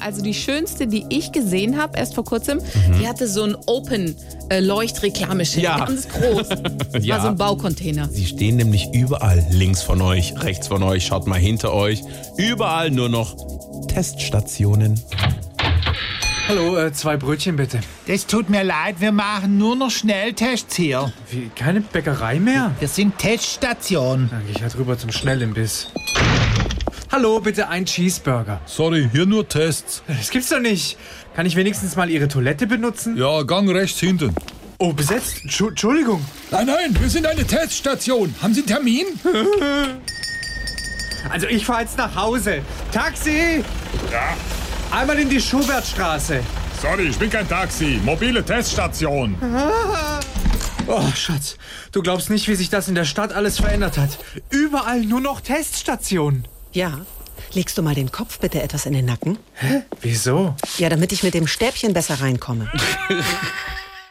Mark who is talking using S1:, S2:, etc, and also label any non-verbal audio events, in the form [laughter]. S1: Also die schönste, die ich gesehen habe, erst vor kurzem, die hatte so ein Open-Leuchtreklameschild,
S2: Mhm. Ja.
S1: ganz
S2: [laughs]
S1: groß. Das
S2: Ja.
S1: war so ein Baucontainer.
S2: Sie stehen nämlich überall links von euch, rechts von euch, schaut mal hinter euch. Überall nur noch Teststationen.
S3: Hallo, äh, zwei Brötchen bitte.
S4: Das tut mir leid, wir machen nur noch Schnelltests hier.
S3: Wie, keine Bäckerei mehr?
S4: Wir sind Teststation.
S3: Dann geh ich halt rüber zum Schnellimbiss. Hallo, bitte ein Cheeseburger.
S5: Sorry, hier nur Tests.
S3: Das gibt's doch nicht. Kann ich wenigstens mal Ihre Toilette benutzen?
S5: Ja, Gang rechts hinten.
S3: Oh, besetzt. Entschu- Entschuldigung.
S5: Nein, nein, wir sind eine Teststation. Haben Sie einen Termin?
S3: [laughs] Also ich fahr jetzt nach Hause. Taxi!
S6: Ja,
S3: Einmal in die Schubertstraße.
S6: sorry, ich bin kein Taxi. Mobile Teststation.
S3: Oh, Schatz, du glaubst nicht, wie sich das in der Stadt alles verändert hat. Überall nur noch Teststationen.
S7: Ja. Legst du mal den Kopf bitte etwas in den Nacken?
S3: Wieso?
S7: Ja, damit ich mit dem Stäbchen besser reinkomme.